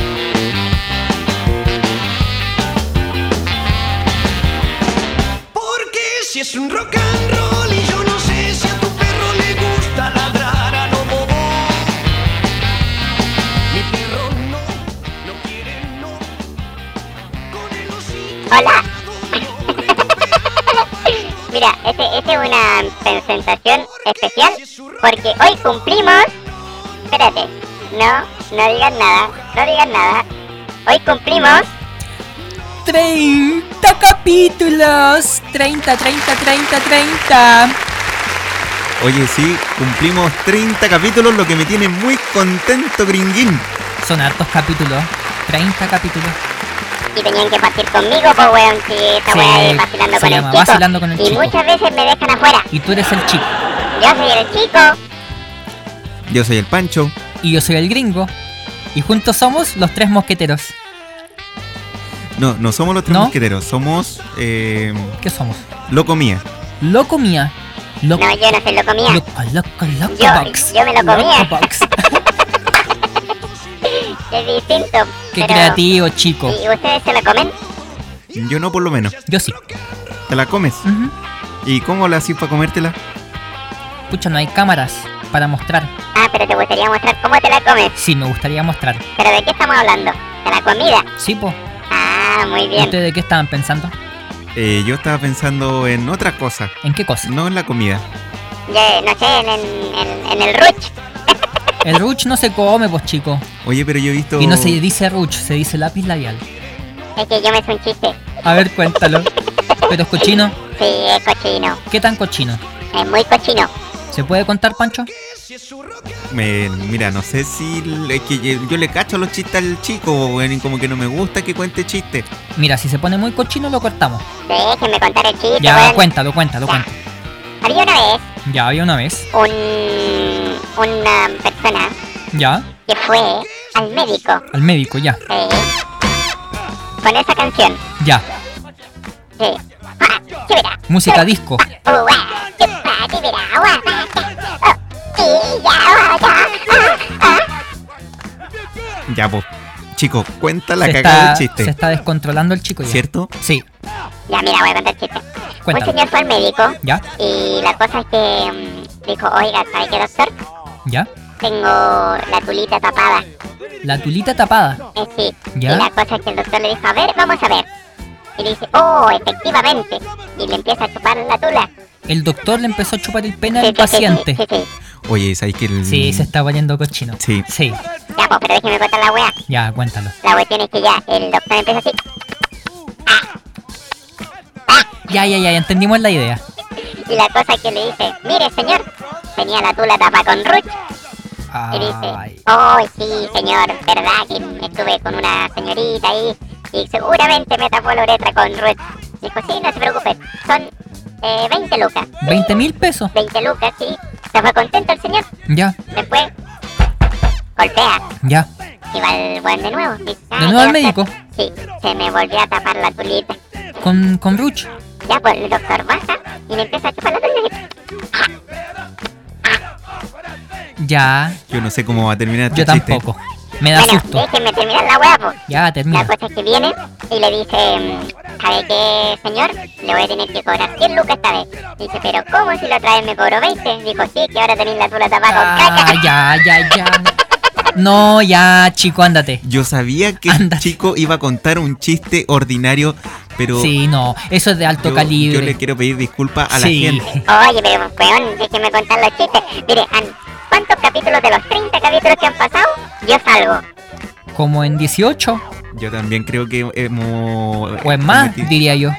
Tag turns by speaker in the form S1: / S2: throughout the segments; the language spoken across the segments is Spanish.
S1: chico.
S2: Porque si es un rock and roll y yo no sé si a tu perro le gusta ladrar a lo bobo. Mi perro no, no quiere no. Con el hocico.
S1: Hola.
S2: no recupera el
S1: Mira, este, este es una presentación especial porque hoy cumplimos. Espérate, no, no digas nada, no digas nada. Hoy cumplimos.
S3: 30 capítulos. 30, 30, 30, 30.
S4: Oye, sí, cumplimos 30 capítulos, lo que me tiene muy contento, Gringuín.
S3: Son hartos capítulos. 30 capítulos.
S1: Y tenían que partir conmigo, pues weón, si esta
S3: Sí,
S1: weá es vacilando
S3: se
S1: con,
S3: llama
S1: el chico.
S3: Vacilando con el
S1: Y
S3: Chico.
S1: muchas veces me dejan afuera.
S3: Y tú eres el chico.
S1: Yo soy el chico.
S4: Yo soy el Pancho.
S3: Y yo soy el gringo. Y juntos somos los tres mosqueteros.
S4: No, no somos los tres
S3: ¿No?
S4: mosqueteros, somos... Eh,
S3: ¿Qué somos?
S4: Loco Mía.
S3: Loco mía. Loco.
S1: No, yo no se lo comía.
S3: Loco, loco, loco
S1: Yo-
S3: box.
S1: yo me lo comía.
S3: Loco box.
S1: Es distinto.
S3: Qué
S1: pero...
S3: creativo, chico.
S1: ¿Y ustedes se lo comen?
S4: Yo no por lo menos.
S3: Yo sí.
S4: ¿Te la comes?
S3: Ujú.
S4: ¿Y cómo la haces para comértela?
S3: Pucha, no hay cámaras para mostrar.
S1: Ah, pero te gustaría mostrar cómo te la comes.
S3: Sí, me gustaría mostrar.
S1: ¿Pero de qué estamos hablando? ¿De la comida?
S3: Sí, po.
S1: Ah, muy bien.
S3: ¿Ustedes de qué estaban pensando?
S4: Eh, yo estaba pensando en otra cosa,
S3: ¿En qué cosa?
S4: no en la comida.
S1: Ya, no sé, en, en- en- en el Ruch.
S3: El ruch no se come, pues, chico.
S4: Oye, pero yo he visto...
S3: Y no se dice ruch, se dice lápiz labial.
S1: Es que yo me hice un chiste.
S3: A ver, cuéntalo. Pero es cochino.
S1: Sí, es cochino.
S3: ¿Qué tan cochino?
S1: Es muy cochino.
S3: ¿Se puede contar, Pancho?
S4: Me- mira, no sé si... Es que yo, yo le cacho los chistes al chico, weón, y como que no me gusta que cuente chistes.
S3: Mira, si se pone muy cochino, lo cortamos.
S1: Déjenme contar el chiste.
S3: Ya,
S1: weón.
S3: cuéntalo, cuéntalo, cuéntalo.
S1: Había una vez
S3: Ya, había una vez.
S1: un, una persona
S3: Ya,
S1: que fue al médico
S3: al médico, ya.
S1: sí, con esa canción.
S3: Ya.
S1: Sí. Ah, chibira,
S3: Música disco.
S1: oh, uá, chupa, chibira, uá, pa, cha, oh, sí, ya, uá, ya, ah, ah.
S4: Ya, pues. Chico, cuenta la
S3: Se
S4: cagada
S3: está,
S4: del
S3: se
S4: chiste.
S3: está descontrolando el chico ya.
S4: ¿Cierto?
S3: Sí,
S1: Ya, mira, voy a contar el chiste. Un
S3: cuéntalo.
S1: señor fue al médico
S3: Ya,
S1: y la cosa es que mm, dijo, oiga, ¿sabe qué, doctor?
S3: ya.
S1: Tengo la tulita tapada.
S3: La tulita tapada.
S1: Eh, sí.
S3: ¿Ya?
S1: Y la cosa es que el doctor le dijo, a ver, vamos a ver. Y le dice, oh, efectivamente. Y le empieza a chupar la tula.
S3: El doctor le empezó a chupar el pene
S1: Sí,
S3: al
S1: sí, sí,
S3: paciente.
S1: Sí, sí,
S4: Oye, ¿sabes que el...
S3: Sí, se está poniendo cochino.
S4: Sí.
S3: Sí,
S1: Ya, pues, pero déjeme contar la weá.
S3: ya, cuéntalo.
S1: La weá tiene que ya, el doctor empieza así.
S3: Ya, ya, ya, ya entendimos la idea.
S1: Y la cosa es que le dice, mire, señor, tenía la tula tapa con ruch. Y
S3: Ay,
S1: dice, oh, sí, señor, verdad que estuve con una señorita ahí y seguramente me tapó la uretra con ruch. Dijo, sí, no se preocupe, son eh, 20 lucas.
S3: 20 mil pesos.
S1: 20 lucas, sí. Se fue contento el señor.
S3: Ya,
S1: Después golpea
S3: ya.
S1: y va el buen de nuevo. Dice, "Ay,
S3: nuevo al
S1: doctor".
S3: médico?
S1: Sí, se me volvió a tapar la tulita.
S3: Con, con Ruch.
S1: Ya pues el doctor baja y le empieza a chupar la tulita.
S3: Ya,
S4: Yo no sé cómo va a terminar este
S3: yo
S4: chiste.
S3: tampoco. Me da
S1: Bueno,
S3: susto.
S1: déjenme terminar la hueá, pues.
S3: Ya,
S1: La
S3: termina.
S1: cosa es que viene y le dice, mm, ¿sabe qué, señor? Le voy a tener que cobrar 100 lucas esta vez. Dice, pero ¿cómo si la otra vez me cobró 20? Dijo, sí, que ahora tenéis la tula tapada con
S3: Ah,
S1: caca.
S3: ya, ya, ya. No, ya, chico, ándate.
S4: Yo sabía que el
S3: Ándate.
S4: chico iba a contar un chiste ordinario, pero
S3: Sí, no, eso es de alto
S4: yo,
S3: calibre.
S4: yo le quiero pedir disculpas a
S3: Sí.
S4: la gente.
S1: Oye, pero weón, déjeme contar los chistes. Mire, an- ¿cuántos capítulos de los 30 capítulos que han pasado? Yo salgo.
S3: Como en 18
S4: Yo también creo que hemos...
S3: o en más,
S4: cometido-
S3: diría yo.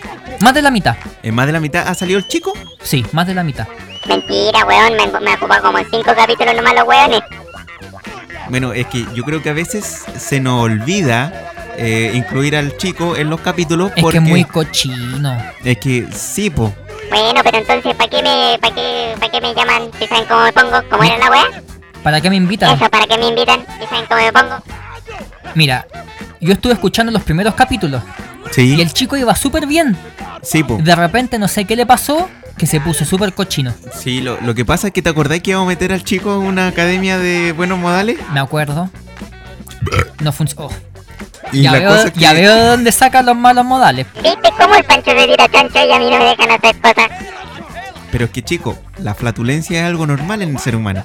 S3: Más de la mitad.
S4: En más de la mitad ha salido el chico.
S3: Sí, más de la mitad.
S1: Mentira, weón, me, me ocupa como en cinco capítulos nomás los weones.
S4: Bueno, es que yo creo que a veces se nos olvida eh, incluir al chico en los capítulos
S3: Es que
S4: porque
S3: es muy cochino.
S4: es que sí, po.
S1: Bueno, pero entonces, ¿para qué me, para qué, para qué me llaman? ¿Si saben cómo me pongo? ¿Cómo era la wea?
S3: ¿Para qué me invitan?
S1: Eso, ¿para qué me invitan? ¿Si saben cómo me pongo?
S3: Mira, yo estuve escuchando los primeros capítulos y
S4: Sí,
S3: el chico iba súper bien.
S4: sí, po.
S3: De repente no sé qué le pasó, que se puso súper cochino.
S4: Sí, lo, lo que pasa es que te acordáis que íbamos a meter al chico en una academia de buenos modales.
S3: Me acuerdo. No funcionó.
S4: Y
S3: ya
S4: la
S3: veo,
S4: cosa es que-
S3: ya veo de dónde sacan los malos modales.
S1: ¿Viste cómo el Pancho se tira chancho y a mí no me dejan hacer cosas?
S4: Pero es que, chico, la flatulencia es algo normal en el ser humano.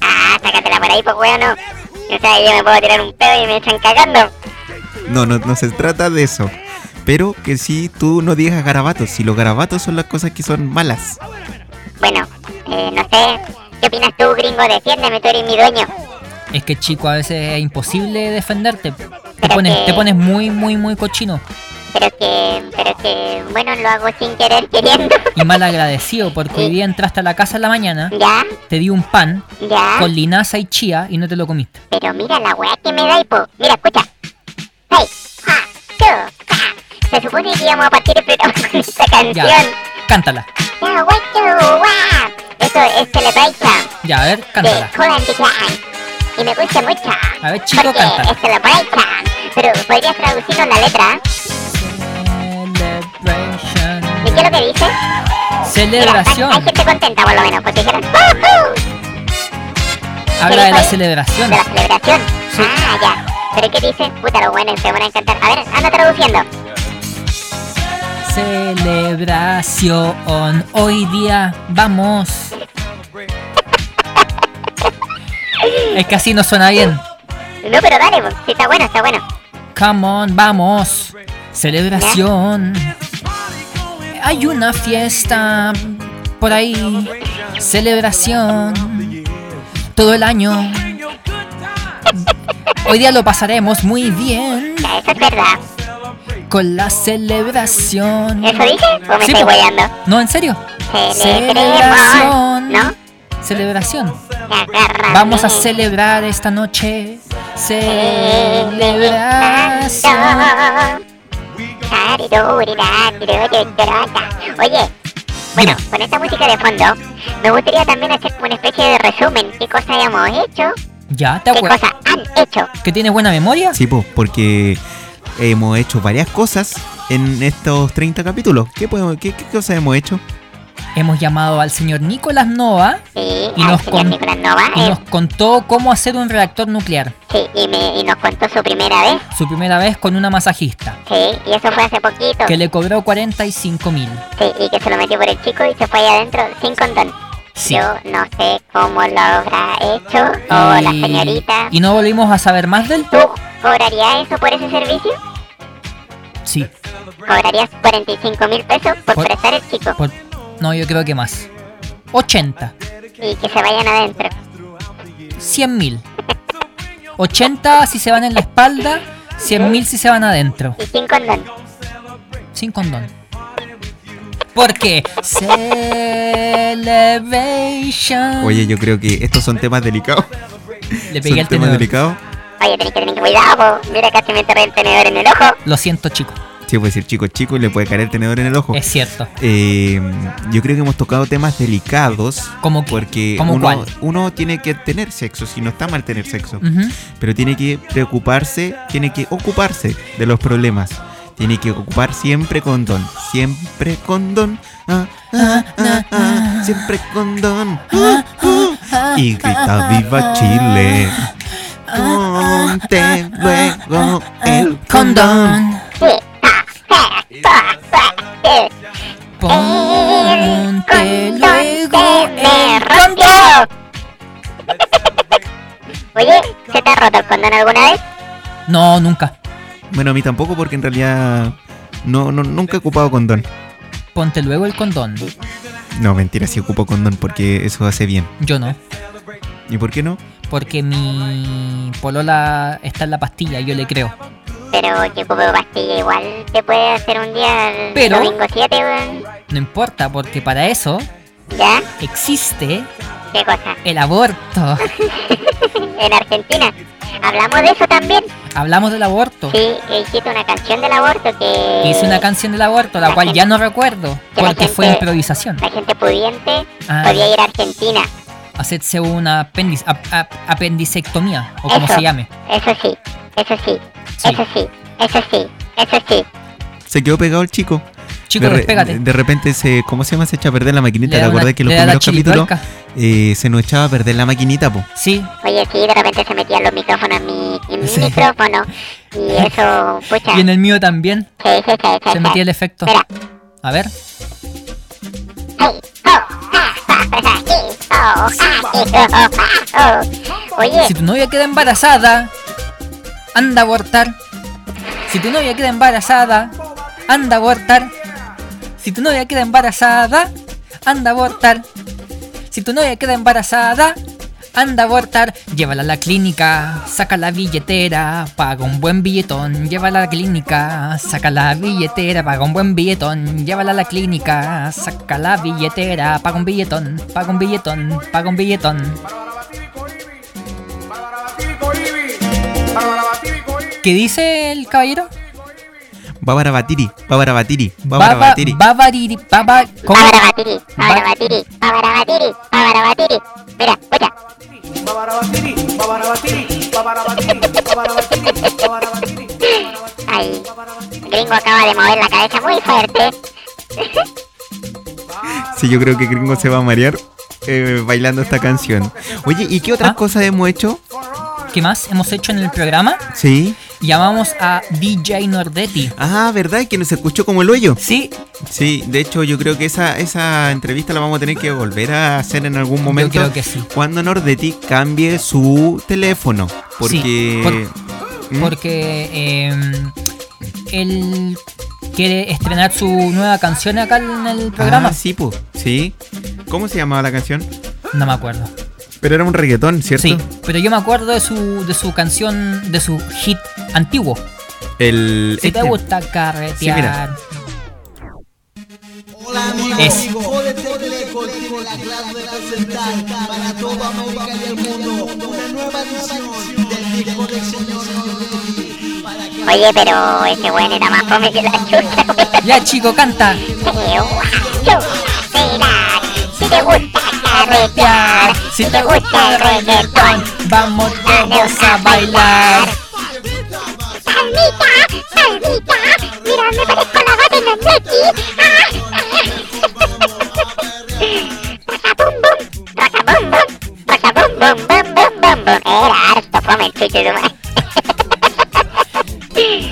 S1: Ah, sácatela por ahí, pues weón, no. O sea, yo me puedo tirar un pedo y me están cagando.
S4: No, no, no se trata de eso. Pero que si tú no digas garabatos, si los garabatos son las cosas que son malas.
S1: Bueno, eh, no sé. ¿Qué opinas tú, gringo? Defiéndeme, tú eres mi dueño.
S3: Es que chico, a veces es imposible defenderte. Te pones, te pones muy, muy, muy cochino.
S1: Pero es que, pero es que, bueno, lo hago sin querer, queriendo.
S3: Y mal agradecido porque hoy día entraste a la casa en la mañana,
S1: ya,
S3: te di un pan
S1: ya.
S3: con linaza y chía y no te lo comiste.
S1: Pero mira la weá que me da, po. Mira, escucha. Hey, ha, tú, ha. Se supone que íbamos a partir el programa con esta
S3: Ya,
S1: canción.
S3: cántala.
S1: Ya, guay, tú, guau. Eso es Celebration
S3: Ya, a ver,
S1: de
S3: cántala.
S1: Cool the Clan. Y me gusta mucho.
S3: A ver, chico,
S1: porque
S3: cántala.
S1: es Celebration. Pero podrías traducirnos la letra.
S3: Celebration.
S1: ¿Y qué es lo que dice? Mira, hay,
S3: Celebración.
S1: hay gente contenta por lo menos, porque dijeron ¡Woohoo!
S3: Habla de la
S1: hay-
S3: celebración.
S1: de la celebración. Ah, ya. ¿Pero qué dice? Puta, los buenos se van a encantar. A ver, anda traduciendo.
S3: Celebración. Hoy día vamos. Es que así no suena bien.
S1: No, pero dale, vos. Sí, está bueno, está bueno.
S3: Come on, vamos. Celebración. Hay una fiesta por ahí. Celebración. Todo el año. Hoy día lo pasaremos muy bien
S1: Ya, eso es verdad.
S3: con la celebración.
S1: ¿Eso dije? ¿O me
S3: Sí, pues.
S1: estoy
S3: po.
S1: guayando?
S3: No, en serio.
S1: Celebremos. ¿No?
S3: Celebración.
S1: Agárrame.
S3: Vamos a celebrar esta noche. Celebración.
S1: Oye, bueno, con esta música de fondo, me gustaría también hacer como una especie de resumen. ¿Qué cosas hayamos hecho?
S3: Ya, te
S1: ¿Qué
S3: acuerdas.
S1: cosas han hecho?
S3: ¿Que tienes buena memoria?
S4: Sí, po, porque hemos hecho varias cosas en estos 30 capítulos. ¿Qué, podemos, qué, qué cosas hemos hecho?
S3: Hemos llamado al señor Nicolás Nova
S1: Sí,
S3: Y
S1: al
S3: nos
S1: señor
S3: con-
S1: Nicolás Nova.
S3: y
S1: eh,
S3: nos contó cómo hacer un reactor nuclear.
S1: sí, y, me, y nos contó su primera vez.
S3: Su primera vez con una masajista.
S1: Sí, y eso fue hace poquito.
S3: Que le cobró 45 mil.
S1: Sí, y que se lo metió por el chico y se fue allá adentro sin condón.
S3: Sí.
S1: Yo no sé cómo lo habrá hecho o la señorita.
S3: y no volvimos a saber más del
S1: ¿Tú cobrarías eso por ese servicio?
S3: Sí.
S1: ¿Cobrarías 45 mil pesos por,
S3: Por-
S1: prestar el chico
S3: por- no, yo creo que más. 80.
S1: y que se vayan adentro?
S3: 100 mil. 80 si se van en la espalda. 100 mil si se van adentro.
S1: Y sin condón.
S3: Sin condón. Porque Celebration.
S4: Oye, yo creo que estos son temas delicados.
S3: le
S4: Son
S3: pegué el
S4: temas
S3: tenedor.
S4: delicados.
S1: Oye, tenés que tener cuidado, po. mira casi me enterré el tenedor en el ojo.
S3: Lo siento, chicos.
S4: Sí, puede decir chico, chico, y le puede caer el tenedor en el ojo.
S3: Es cierto.
S4: Eh, yo creo que hemos tocado temas delicados.
S3: ¿Cómo qué?
S4: Porque
S3: ¿Cómo
S4: uno,
S3: cuál?
S4: uno tiene que tener sexo, si no está mal tener sexo.
S3: Ujú.
S4: Pero tiene que preocuparse, tiene que ocuparse de los problemas. Tiene que ocupar siempre con don. Siempre con don. Ah, ah, ah, ah, siempre con don. Ah, ah. Y grita viva Chile. Ponte luego el condón.
S3: Condón.
S1: Eh, el
S3: Ponte
S1: condón
S3: luego
S1: se me
S3: el
S1: rompió. Oye, se te roto el condón alguna vez?
S3: No, nunca.
S4: Bueno, a mí tampoco porque en realidad no, no- nunca he ocupado condón.
S3: Ponte luego el condón.
S4: No, mentira, sí ocupo condón porque eso hace bien.
S3: Yo no.
S4: ¿Y por qué no?
S3: Porque mi polola está en la pastilla, yo le creo.
S1: Pero que ocupe pastilla igual te puede hacer un día el
S3: Pero-
S1: domingo 7, weón.
S3: No importa, porque para eso
S1: ¿Ya?
S3: existe
S1: ¿Qué cosa?
S3: el aborto.
S1: En Argentina. Hablamos de eso también.
S3: Hablamos del aborto.
S1: Sí, que hiciste una canción del aborto que...
S3: Hice una canción del aborto, la cual ya no recuerdo, porque fue improvisación.
S1: La gente pudiente
S3: Ah.
S1: podía ir a Argentina.
S3: Hacerse una apéndice, ap- ap- apendicectomía, o como
S1: Eso.
S3: se llame.
S1: Eso sí, eso sí,
S3: Sí.
S1: eso sí, eso sí, eso sí.
S4: Se quedó pegado el chico.
S3: Chico,
S4: de, re-
S3: respégate.
S4: de- de repente se, ¿cómo se llama? Se echa a perder la maquinita.
S3: Le
S4: ¿Te
S3: da
S4: acordás
S3: una-
S4: que en los
S3: le da la
S4: primeros capítulos
S3: chiripiorca.
S4: eh, se nos echaba a perder la maquinita, po?
S3: Sí,
S1: Oye, sí, de repente se metían los micrófonos en mi, en mi
S3: Sí.
S1: micrófono. Y eso, pucha.
S3: y en el mío también
S1: Sí, sí, sí, sí,
S3: se
S1: sí.
S3: metía el efecto.
S1: Espera.
S3: A ver,
S1: Hey, ho, ah, ah, ah, sí, ho, ah, sí, ho, ah, oh. Oye,
S3: si tu novia queda embarazada, anda a abortar. Si tu novia queda embarazada, anda a abortar. Si tu novia queda embarazada, anda a abortar. Si tu novia queda embarazada, anda a abortar. Llévala a la clínica, saca la billetera, paga un buen billetón. Llévala a la clínica, saca la billetera, paga un buen billetón. Llévala a la clínica, saca la billetera, paga un billetón, paga un billetón, paga un billetón. ¿Qué dice el caballero?
S4: Bábara Batiri, Bábara Batiri, Bábara
S3: Baba,
S4: Batiri.
S3: babariri, baba, ¿cómo?
S1: Pabarabatiri,
S3: Ba-
S1: Pabarabatiri, Pabarabatiri, Pabarabatiri. Mira, escucha. Ay, el gringo acaba de mover la cabeza muy fuerte.
S4: Sí, yo creo que Gringo se va a marear eh, bailando esta canción. Oye, ¿y qué otras
S3: ¿Ah?
S4: cosas hemos hecho?
S3: ¿Qué más hemos hecho en el programa?
S4: Sí.
S3: Llamamos a DJ Nordetti.
S4: Ah, ¿verdad? Que nos escuchó como el hoyo.
S3: Sí,
S4: Sí, de hecho yo creo que esa, esa entrevista la vamos a tener que volver a hacer en algún momento.
S3: creo que sí.
S4: Cuando Nordetti cambie su teléfono. Porque...
S3: Sí,
S4: ¿Mm?
S3: porque eh, él quiere estrenar su nueva canción acá en el programa.
S4: Ah, sí, pues. Sí. ¿Cómo se llamaba la canción?
S3: No me acuerdo.
S4: Pero era un reggaetón, ¿cierto?
S3: Sí, pero yo me acuerdo de su, de su canción, de su hit antiguo.
S4: El...
S3: Si te
S4: este.
S3: gusta carretear. es.
S1: Oye, pero ese weón era más fome que la chucha, weón.
S3: Ya chico, canta.
S1: Si te gusta carretear, si te gusta el reggaetón,
S3: vamos
S1: todos a bailar. salvita, salvita, mira, me parezco a la gata en el bum bum, raca bum bum, bum bum bum bum. Era harto fome el chucho, de madre.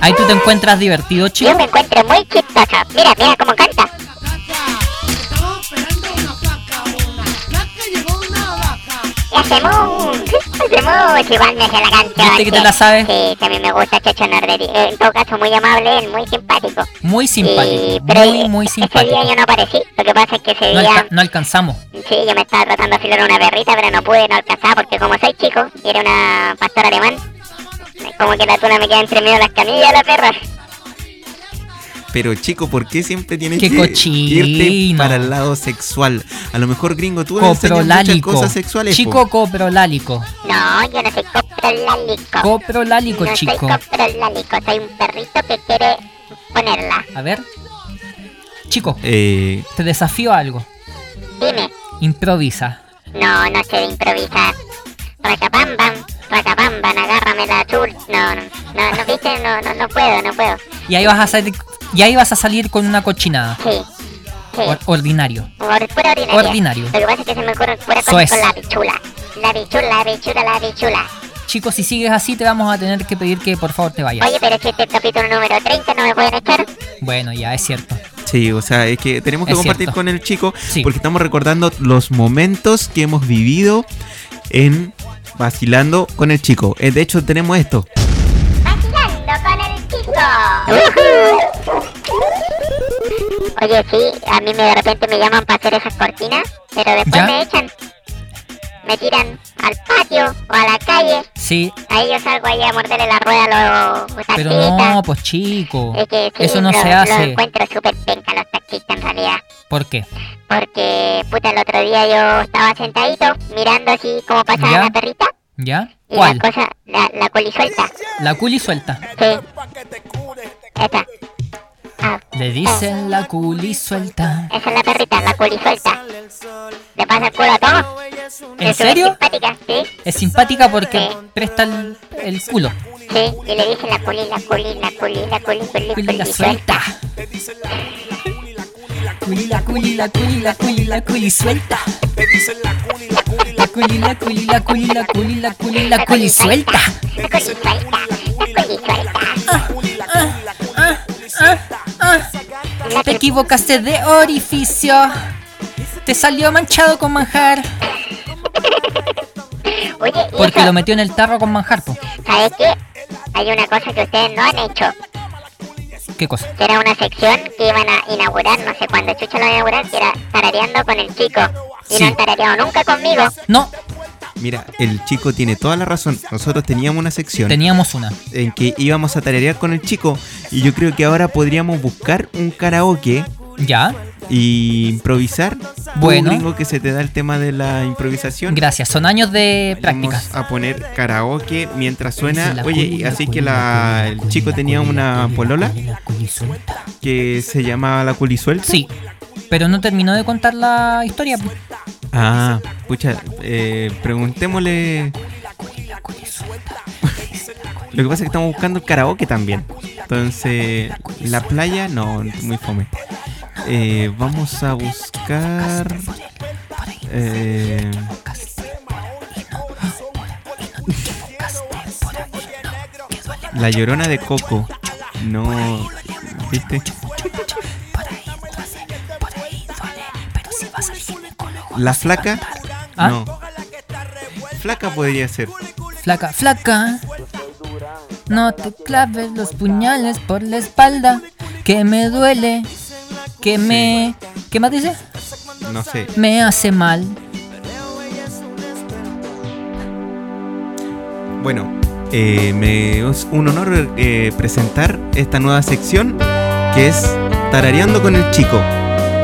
S3: Ahí tú te encuentras divertido,
S1: Yo
S3: chico.
S1: me encuentro muy chistosa. Mira, mira cómo canta.
S5: Estaba esperando una placa, una placa llegó una vaca.
S1: Y hace mucho, hace mucho igual me hace la canción.
S3: ¿Viste que te
S1: sí.
S3: la sabes?
S1: Sí, que a mí me gusta Checho Nordetti. Eh, En todo caso, muy amable, él muy simpático.
S3: Muy
S1: Y-
S3: simpático.
S1: pero
S3: Muy, muy
S1: ese
S3: simpático.
S1: día yo no aparecí. Lo que pasa es que ese
S3: No,
S1: día,
S3: alca- no alcanzamos.
S1: sí, yo me estaba tratando de afilar una perrita, pero no pude, no alcanzaba, porque como soy chico y era una pastora alemán, como que la tuna me queda entre medio de las camillas de la perra.
S4: Pero chico, ¿por qué siempre tienes
S3: Qué
S4: que
S3: cochino. Oh,
S4: irte para el lado sexual? A lo mejor gringo, tú le enseñas muchas
S3: Coprolálico.
S4: cosas sexuales. po.
S3: Chico coprolálico.
S1: No, yo no soy coprolálico.
S3: Coprolálico,
S1: no
S3: chico.
S1: soy coprolálico, soy un perrito que quiere ponerla.
S3: A ver. Chico,
S4: Eh,
S3: te desafío a algo.
S1: Dime.
S3: Improvisa.
S1: No, no sé de improvisar. Racapambam, racapambam, agárrame la chul. No, no, no, no, viste, no, no, no puedo, no puedo.
S3: Y ahí vas a salir, y ahí vas a salir con una cochinada.
S1: Sí, sí.
S3: Or- ordinario.
S1: Or- pura ordinaria.
S3: Ordinario.
S1: Lo que pasa es que se me ocurren puras
S3: Eso
S1: cosas
S3: es.
S1: con la bichula. La bichula, la bichula, la bichula.
S3: Chico, si sigues así te vamos a tener que pedir que por favor te vayas.
S1: Oye, pero si este es el capítulo número 30 no me pueden echar.
S3: Bueno, ya es cierto.
S4: sí, o sea, es que tenemos que
S3: Es
S4: compartir
S3: cierto.
S4: con el chico
S3: Sí.
S4: porque estamos recordando los momentos que hemos vivido en Vacilando con el chico. Eh, De hecho, tenemos esto.
S1: Vacilando con el chico. Oye, sí, a mí me, de repente me llaman para hacer esas cortinas, pero después
S3: ¿Ya?
S1: me echan. Me tiran al patio o a la calle.
S3: Sí,
S1: Ahí yo salgo ahí a morderle la rueda a los taxistas.
S3: pero no, pues chico.
S1: Es que sí,
S3: Eso no
S1: lo-
S3: se
S1: Los
S3: hace.
S1: encuentro súper penca los taxistas en realidad.
S3: ¿Por qué?
S1: Porque, puta, el otro día yo estaba sentadito mirando así como pasaba
S3: ¿Ya?
S1: la perrita
S3: ¿Ya?
S1: y
S3: ¿Cuál?
S1: la cosa, la, la colisuelta.
S3: La culi suelta.
S1: Sí. Esta. Ah,
S3: Le dicen la culi suelta.
S1: esa es la perrita, la colisuelta. Le pasa el culo a todo.
S3: ¿En
S1: Es súper
S3: serio?
S1: simpática, sí,
S3: Es simpática porque
S1: Sí.
S3: presta el, el culo.
S1: sí. Y le dicen la culi, la culi, la culi, la culi, culi,
S3: Culi la
S1: colisuelta.
S3: suelta. Culi la culi la culi la culi la culi suelta. La culi la culi la culi la culi la culi la culi suelta.
S1: La colisuelta, la colisuelta.
S3: Ah, ah, ah.
S1: La
S3: Te
S1: que-
S3: equivocaste de orificio. Te salió manchado con manjar.
S1: Oye, y
S3: Porque
S1: eso,
S3: lo metió en el tarro con manjar, po.
S1: ¿sabes qué? Hay una cosa que ustedes no han hecho.
S3: ¿Qué cosa?
S1: que era una sección que iban a inaugurar, no sé cuándo Chucha lo iba a inaugurar, que era tarareando con el chico. Y
S3: Sí.
S1: no han tarareado nunca conmigo.
S3: No,
S4: Mira, el chico tiene toda la razón. Nosotros teníamos una sección
S3: teníamos una.
S4: en que íbamos a tararear con el chico. Y yo creo que ahora podríamos buscar un karaoke
S3: Ya.
S4: y improvisar. Tú,
S3: Bueno.
S4: gringo, que se te da el tema de la improvisación.
S3: Gracias, son años de práctica.
S4: Vamos a poner karaoke mientras
S3: Dicen
S4: suena.
S3: la
S4: Oye,
S3: culi,
S4: y así
S3: culi,
S4: que la,
S3: culi,
S4: el
S3: culi,
S4: chico
S3: la
S4: tenía
S3: culi, la
S4: una
S3: culi, la
S4: polola
S3: culi, la culi suelta.
S4: que se llamaba la culisuelta.
S3: Sí, pero no terminó de contar la historia. po.
S4: Ah, pucha, eh, preguntémosle. Lo que pasa es que estamos buscando el karaoke también. Entonces, la playa, no, muy fome. Eh, vamos a buscar. eh, la llorona de Coco. No, ¿viste? La flaca.
S3: ¿Ah?
S4: No. Flaca podría ser.
S3: Flaca, flaca. No te claves los puñales por la espalda. Que me duele. Que me. ¿Qué más dice?
S4: No sé.
S3: Me hace mal.
S4: Bueno, eh, me es un honor eh, presentar esta nueva sección que es Tarareando con el Chico.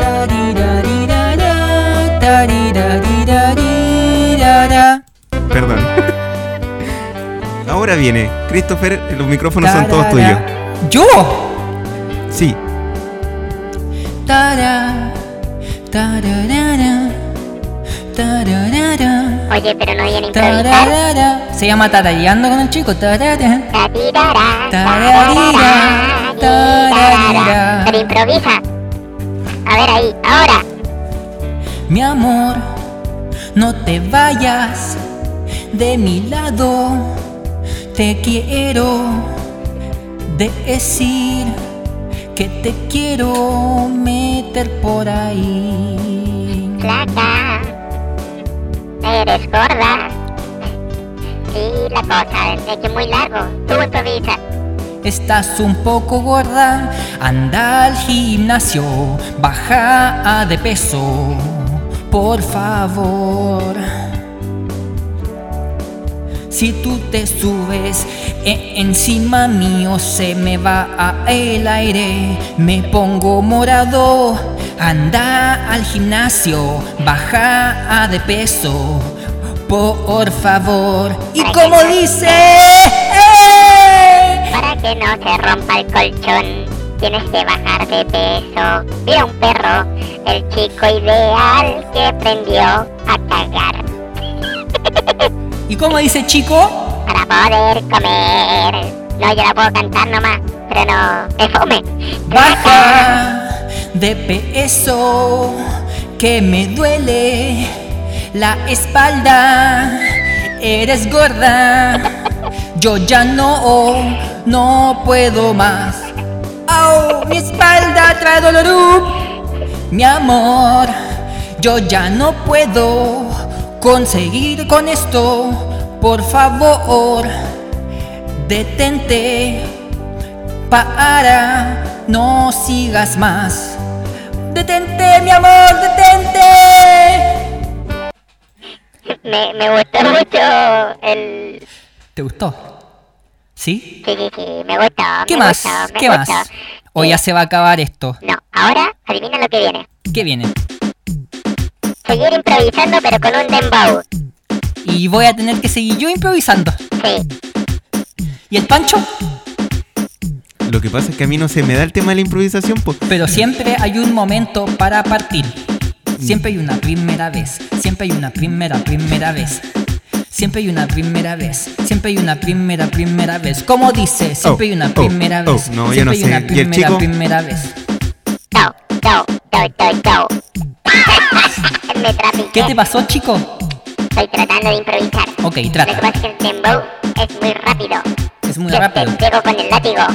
S3: Tarirarirara, tarirarirara.
S4: Perdón. Ahora viene, Christopher, los micrófonos son todos tuyos.
S3: Tarara. ¿Yo?
S4: Sí,
S3: Tara, tararara, tararara,
S1: Oye, pero no viene a improvisar.
S3: tararara. Se llama tarareando con el chico. Tarara.
S1: Tarirara,
S3: Tararira,
S1: tararara, tararara.
S3: tararira.
S1: Pero improvisa. A ver ahí, ahora.
S3: Mi amor, no te vayas de mi lado. Te quiero decir que te quiero meter por ahí.
S1: Flaca. Eres gorda. Sí, la cosa es que es muy largo. Tú improvisa.
S3: Estás un poco gorda, anda al gimnasio, baja de peso, por favor. Si tú te subes e- encima mío se me va a el aire, me pongo morado. Anda al gimnasio, baja de peso, por favor. Y como dice... ¡eh!
S1: Para que no se rompa el colchón, tienes que bajar de peso. Mira un perro, el chico ideal que aprendió a cagar
S3: ¿Y cómo dice chico?
S1: para poder comer. No, yo la puedo cantar nomás, pero no, es fome.
S3: Baja de peso que me duele la espalda. Eres gorda. Yo ya no, no puedo más. ¡Au! Mi espalda trae dolor. Mi amor, yo ya no puedo conseguir con esto. Por favor, detente, para, no sigas más. Detente, mi amor, detente.
S1: Me, me gustó mucho el...
S3: ¿Te gustó? ¿Sí?
S1: Sí, sí, sí, me gustó.
S3: ¿Qué
S1: me
S3: más?
S1: gustó, me
S3: ¿Qué más?
S1: gustó.
S3: O ya se va a acabar esto.
S1: No, ahora adivina lo que viene.
S3: ¿Qué viene?
S1: Seguir improvisando pero con un dembow.
S3: Y voy a tener que seguir yo improvisando.
S1: Sí.
S3: ¿Y el Pancho?
S4: Lo que pasa es que a mí no se me da el tema de la improvisación, pues.
S3: Pero siempre hay un momento para partir. Siempre hay una primera vez. Siempre hay una primera, primera vez. Siempre hay una primera vez. Siempre hay una primera, primera vez. ¿Cómo dice? Siempre
S4: Oh,
S3: hay una
S4: oh,
S3: primera
S4: oh,
S3: vez.
S4: no, yo
S3: siempre
S4: no
S3: hay
S4: sé. ¿Y
S3: una
S4: el
S3: primera,
S4: chico?
S3: primera vez.
S1: Tau, tau, tau, tau, tau. me trapiché.
S3: ¿Qué te pasó, chico?
S1: Estoy tratando de improvisar.
S3: Ok,
S1: Lo que
S3: trata.
S1: pasa es que el dembow es muy rápido.
S3: Es muy
S1: Yo
S3: rápido.
S1: te pego con el látigo.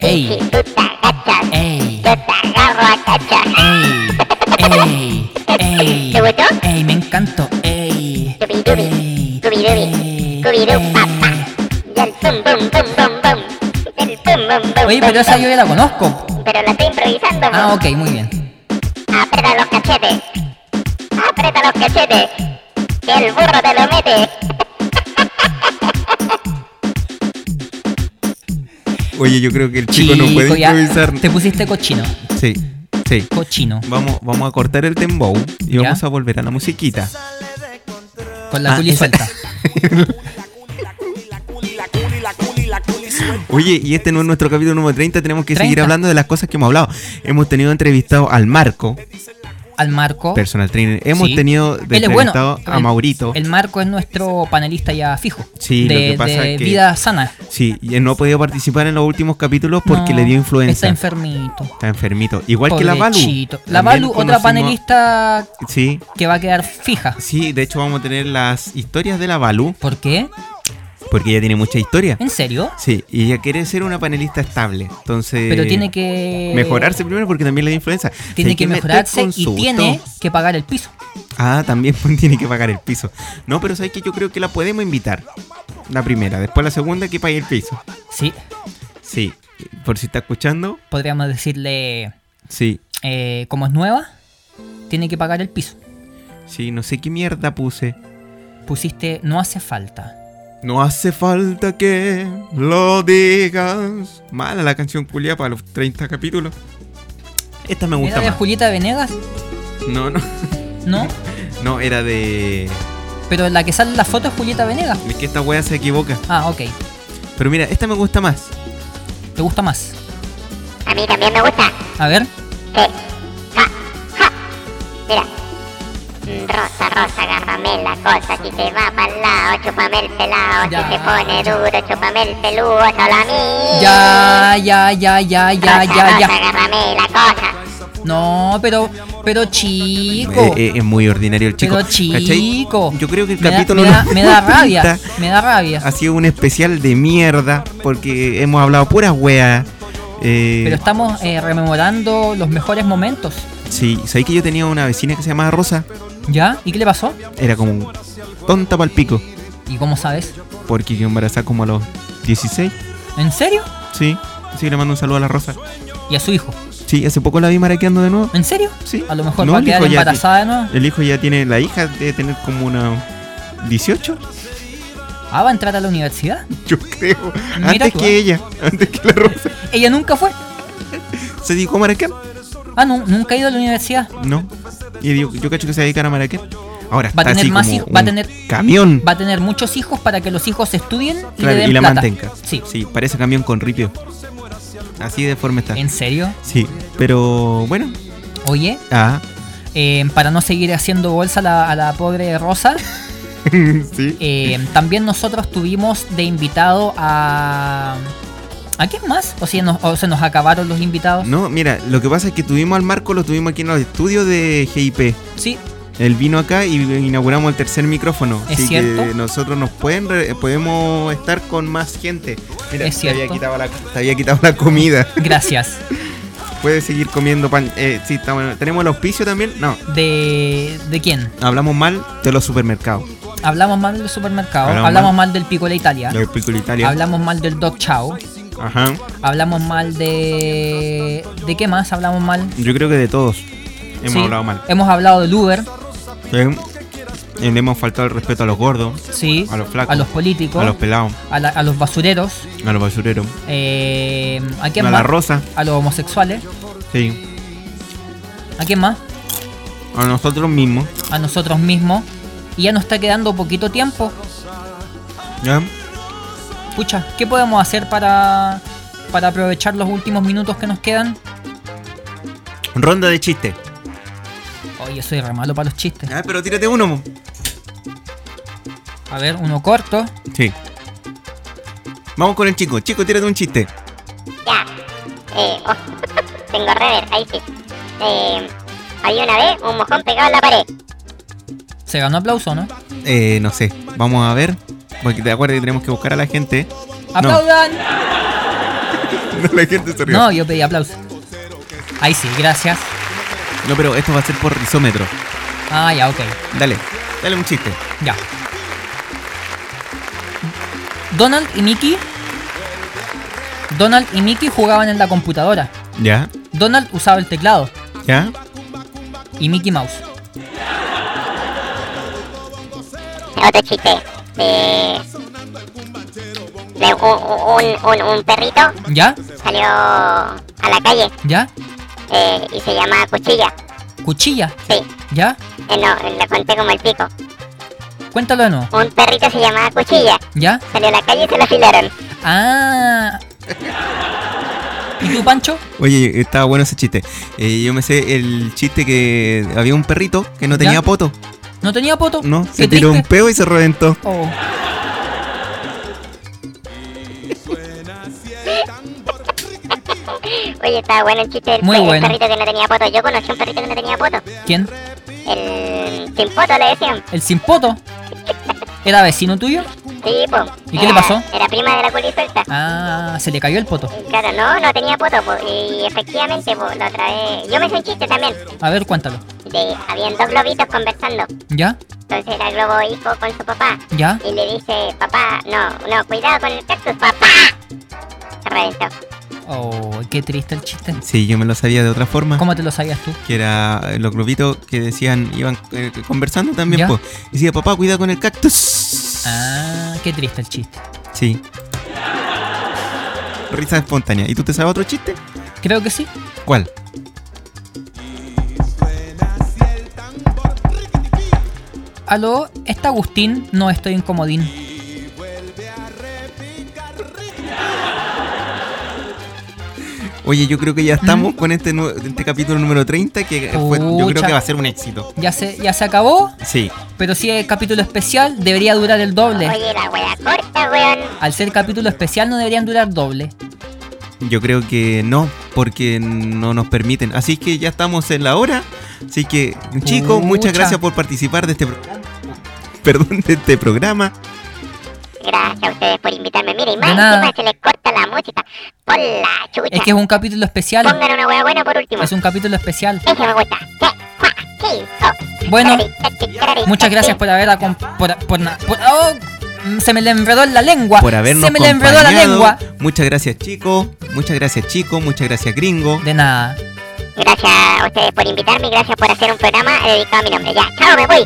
S3: Ey.
S1: Y si tú te agachas,
S3: Ey.
S1: yo te agarro a cachas.
S3: Ey, ey, ey.
S1: ¿Te gustó?
S3: Ey, me encantó. Ey,
S1: Dubidubi,
S3: ey,
S1: dubidubi,
S3: ey,
S1: dubidu,
S3: ey.
S1: papá. Y el pum, pum, pum, pum, pum. El pum, pum, pum.
S3: Oye,
S1: pum,
S3: pero esa
S1: pum.
S3: yo ya la conozco.
S1: Pero la estoy improvisando.
S3: Ah, ok, muy bien.
S1: Aprieta los cachetes. Aprieta los cachetes. Que el burro te lo mete.
S4: Oye, yo creo que el chico, no puede
S3: ya
S4: improvisar.
S3: Te pusiste cochino,
S4: Sí, sí.
S3: cochino.
S4: Vamos, vamos a cortar el dembow y
S3: ¿Ya?
S4: vamos a volver a la musiquita.
S3: Con la
S4: Ah,
S3: culi
S4: esa-
S3: suelta.
S4: Oye, y este no es nuestro capítulo número 30, tenemos que seguir
S3: 30.
S4: hablando de las cosas que hemos hablado. Hemos tenido entrevistado al Marco,
S3: Al Marco.
S4: personal trainer. Hemos
S3: Oh. Sí.
S4: tenido
S3: Él es bueno.
S4: entrevistado a
S3: El-
S4: Maurito.
S3: El Marco es nuestro panelista ya fijo.
S4: Sí,
S3: de,
S4: lo que pasa
S3: de
S4: que-
S3: vida sana.
S4: Sí, y él no ha podido participar en los últimos capítulos porque
S3: No,
S4: le dio influenza.
S3: Está enfermito.
S4: Está enfermito. Igual que la Balu.
S3: Pobrecito. La
S4: También
S3: Balu, otra
S4: conocimos-
S3: panelista
S4: Sí,
S3: que va a quedar fija.
S4: sí, de hecho vamos a tener las historias de la Balu,
S3: ¿Por qué?
S4: porque ella tiene mucha historia.
S3: ¿En serio?
S4: Sí, y ella quiere ser una panelista estable. Entonces.
S3: Pero tiene que.
S4: Mejorarse primero porque también le dio influenza. Si hay
S3: Tiene que
S4: meter
S3: mejorarse y
S4: consulto.
S3: tiene que pagar el piso.
S4: Ah, también tiene que pagar el piso. No, pero sabes que yo creo que la podemos invitar. La primera, después la segunda que pague el piso.
S3: Sí,
S4: Sí, por si está escuchando,
S3: podríamos decirle.
S4: sí.
S3: eh, como es nueva, tiene que pagar el piso.
S4: Sí, no sé qué mierda puse.
S3: Pusiste no hace falta.
S4: No hace falta que lo digas. Mala la canción culia para los 30 capítulos. Esta me
S3: ¿Era
S4: gusta
S3: de
S4: más.
S3: Julieta Venegas?
S4: No, no,
S3: No,
S4: no, era de.
S3: pero la que sale en la foto es Julieta Venegas.
S4: Es que esta wea se equivoca.
S3: Ah, ok.
S4: Pero mira, esta me gusta más.
S3: ¿Te gusta más?
S1: A mí también me gusta.
S3: A ver,
S1: Sí. Ja, ja. Mira. Mm, Rosa, rosa, agárrame la cosa. Si te va para lado, chúpame el pelado.
S3: Ya.
S1: Si te pone duro, chúpame el peludo, solo a mí.
S3: ya, ya, ya, ya, ya,
S1: rosa,
S3: ya,
S1: Rosa,
S3: ya.
S1: agárrame la cosa.
S3: No, pero, pero chico.
S4: Eh, eh, es muy ordinario el chico.
S3: Pero chico.
S4: ¿Cachai? Yo creo que el
S3: Me da-
S4: capítulo
S3: me da,
S4: no-
S3: me da rabia,
S4: está-
S3: me da
S4: Ha
S3: rabia.
S4: sido un especial de mierda porque hemos hablado puras weas. Eh,
S3: Pero estamos eh, rememorando los mejores momentos.
S4: sí, sabéis que yo tenía una vecina que se llamaba Rosa.
S3: ¿Ya? ¿Y qué le pasó?
S4: Era como tonta pal pico
S3: ¿Y cómo sabes?
S4: porque yo embarazada como a los 16.
S3: ¿En serio?
S4: Sí, así que le mando un saludo a la Rosa.
S3: ¿Y a su hijo?
S4: Sí, hace poco la vi maraqueando de nuevo.
S3: ¿En serio?
S4: Sí.
S3: A lo mejor
S4: No,
S3: va a
S4: el
S3: quedar
S4: hijo ya-
S3: embarazada de nuevo.
S4: El hijo ya tiene, la hija debe tener como una 18,
S3: Ah, va a entrar a la universidad.
S4: yo creo.
S3: Mira
S4: antes
S3: tú,
S4: que
S3: ¿eh?
S4: ella, antes que la Rosa.
S3: Ella nunca fue.
S4: ¿Se dedicó a maraquear?
S3: Ah, no, nunca ha ido a la universidad.
S4: No. Y digo, yo cacho que se dedican a maraquear. Ahora
S3: Va a
S4: está
S3: tener
S4: así
S3: más
S4: como
S3: hijos, va a
S4: un
S3: tener-
S4: camión.
S3: Va a tener muchos hijos para que los hijos estudien y le
S4: Claro,
S3: den
S4: y la
S3: plata.
S4: mantenga.
S3: Sí.
S4: parece camión con ripio. Así de forma está.
S3: ¿En serio?
S4: Sí, pero bueno.
S3: Oye,
S4: Ah,
S3: eh, para no seguir haciendo bolsa a la, a la pobre Rosa,
S4: sí.
S3: eh, también nosotros tuvimos de invitado a... ¿A quién más? ¿O, si nos- o se nos acabaron los invitados?
S4: No, mira, lo que pasa es que tuvimos al Marco, lo tuvimos aquí en los estudios de GIP.
S3: Sí,
S4: Él vino acá y inauguramos el tercer micrófono.
S3: Es
S4: así que
S3: cierto.
S4: nosotros nos pueden re- podemos estar con más gente. Mira,
S3: Es
S4: te había,
S3: cierto.
S4: quitado la, te había quitado la comida.
S3: gracias.
S4: Puedes seguir comiendo pan. Eh, sí, está bueno. ¿Tenemos el auspicio también? No.
S3: ¿De, de quién?
S4: Hablamos mal de los supermercados.
S3: hablamos mal del supermercado,
S4: Hablamos
S3: hablamos,
S4: mal.
S3: mal. del Piccolo Italia,
S4: La película Italia.
S3: hablamos mal del Dog Chao,
S4: Ajá.
S3: hablamos mal de. ¿De qué más hablamos mal?
S4: Yo creo que de todos hemos
S3: Sí,
S4: hablado mal.
S3: Hemos hablado del Uber,
S4: Sí. Le hemos faltado el respeto a los gordos,
S3: sí,
S4: A los flacos.
S3: a los políticos,
S4: a los pelados,
S3: a, la- a los basureros,
S4: a los basureros,
S3: eh, ¿a
S4: a
S3: quién
S4: la
S3: más?
S4: rosa.
S3: A los homosexuales,
S4: Sí.
S3: ¿a quién más?
S4: A nosotros mismos.
S3: A nosotros mismos. Y ya nos está quedando poquito tiempo.
S4: ¿ya?
S3: Pucha, ¿qué podemos hacer para, para aprovechar los últimos minutos que nos quedan?
S4: Ronda de chistes.
S3: Oye, soy re malo para los chistes.
S4: Ah, pero tírate uno. mo.
S3: A ver, uno corto.
S4: Sí. Vamos con el chico. Chico, tírate un chiste.
S1: Ya. Eh, oh, tengo rever, ahí sí. Eh, había una vez un mojón pegado en la pared.
S3: Se ganó aplauso, ¿no?
S4: Eh, no sé. Vamos a ver. Porque te acuerdas que tenemos que buscar a la gente. No,
S3: ¡Aplaudan!
S4: la gente se rió.
S3: No, yo pedí aplauso. Ahí sí, gracias.
S4: No, pero esto va a ser por risómetro.
S3: Ah, ya, ok.
S4: Dale, dale un chiste.
S3: Ya. Donald y Mickey. Donald y Mickey jugaban en la computadora.
S4: ¿Ya?
S3: Donald usaba el teclado
S4: ¿Ya?
S3: y Mickey Mouse.
S1: Otro chiste. Eh, de un, un- un- un perrito
S3: ¿Ya?
S1: salió a la calle
S3: ¿Ya?
S1: eh, y se llamaba Cuchilla.
S3: Cuchilla.
S1: Sí,
S3: ¿Ya?
S1: eh, no, lo conté como el pico.
S3: Cuéntalo de nuevo.
S1: Un perrito se llamaba Cuchilla.
S3: ¿Ya?
S1: Salió a la calle y se lo afilaron.
S3: Ah. ¿Y tú, Pancho?
S4: Oye, estaba bueno ese chiste. Eh, yo me sé el chiste que había un perrito que no tenía
S3: ¿Ya?
S4: poto.
S3: ¿No tenía poto?
S4: No,
S3: Qué
S4: se tiró un
S3: triste.
S4: peo y se reventó.
S3: Oh.
S1: Oye, estaba bueno el chiste del
S3: Muy
S1: pe- el
S3: bueno.
S1: perrito que no tenía poto. Yo conocí un perrito que no tenía poto.
S3: ¿Quién?
S1: El sin poto le decían.
S3: ¿El sin poto? ¿Era vecino tuyo?
S1: Sí, po.
S3: ¿Y qué le
S1: Era-
S3: pasó?
S1: Era prima de la culisuelta.
S3: Ah, se le cayó el poto.
S1: Claro, no, no tenía poto, po. y efectivamente, po, la otra vez... Yo me hice un chiste también,
S3: A ver, cuéntalo.
S1: de... Habían dos globitos conversando,
S3: ¿Ya?
S1: entonces era el globo hijo con su papá,
S3: ¿Ya?
S1: y le dice, papá, no, no, cuidado con el cactus, papá. Se reventó.
S3: Oh, qué triste el chiste.
S4: Sí, yo me lo sabía de otra forma.
S3: ¿Cómo te lo sabías tú?
S4: Que era eh, los globitos que decían, iban eh, conversando también.
S3: ¿Ya?
S4: po. Decía, papá, cuida con el cactus.
S3: Ah, qué triste el chiste.
S4: Sí. Risa espontánea. ¿Y tú te sabes otro chiste?
S3: Creo que sí.
S4: ¿Cuál?
S3: Aló, ¿está Agustín? No, estoy incomodín.
S4: Oye, yo creo que ya estamos con este, nu- este capítulo número 30 que eh, fue- yo creo
S3: ¿Mm? Pucha.
S4: que va a ser un éxito.
S3: Ya se, ya se acabó,
S4: Sí.
S3: pero si es capítulo especial, debería durar el doble.
S1: Oye, la wea corta, weón.
S3: Al ser capítulo especial no deberían durar doble.
S4: Yo creo que no, porque no nos permiten. Así que ya estamos en la hora. Así que, chicos, muchas
S3: Pucha.
S4: gracias por participar de este programa. Perdón, de este programa.
S1: Gracias a ustedes por invitarme, mira, y más
S3: De nada.
S1: encima se les corta la música. Por la chucha.
S3: Es que es un capítulo especial.
S1: Pongan una wea buena por último.
S3: Es un capítulo especial.
S1: Ese me gusta. Sí, cua, sí, oh.
S3: Bueno,
S1: Carari, carari,
S3: Muchas gracias
S1: carari.
S3: por haber acom- por, por na- por- oh, mm, se me le enredó en la lengua.
S4: Por habernos
S3: se me le enredó la
S4: acompañado.
S3: lengua.
S4: Muchas gracias, chicos. Muchas gracias, chicos. Muchas gracias, gringo.
S3: De nada.
S1: Gracias a ustedes por invitarme y gracias por hacer un programa dedicado a mi nombre. Ya, chao, me voy.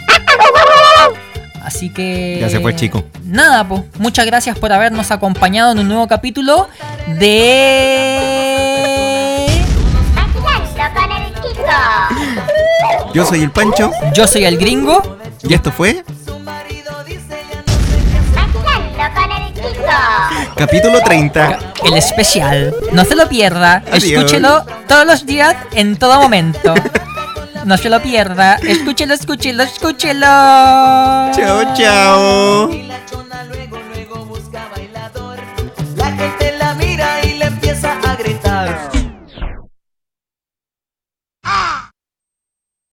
S3: Así que.
S4: Ya se fue el chico.
S3: Nada, pues. Muchas gracias por habernos acompañado en un nuevo capítulo de.
S1: Vacilando con el chico.
S4: Yo soy el Pancho.
S3: Yo soy el gringo.
S4: Y esto fue
S1: Vacilando con el chico.
S4: capítulo 30.
S3: El especial. No se lo pierda.
S4: Adiós.
S3: Escúchelo todos los días, en todo momento. No se lo pierda. Escúchelo, escúchelo, escúchelo.
S4: Chao, chao.
S5: la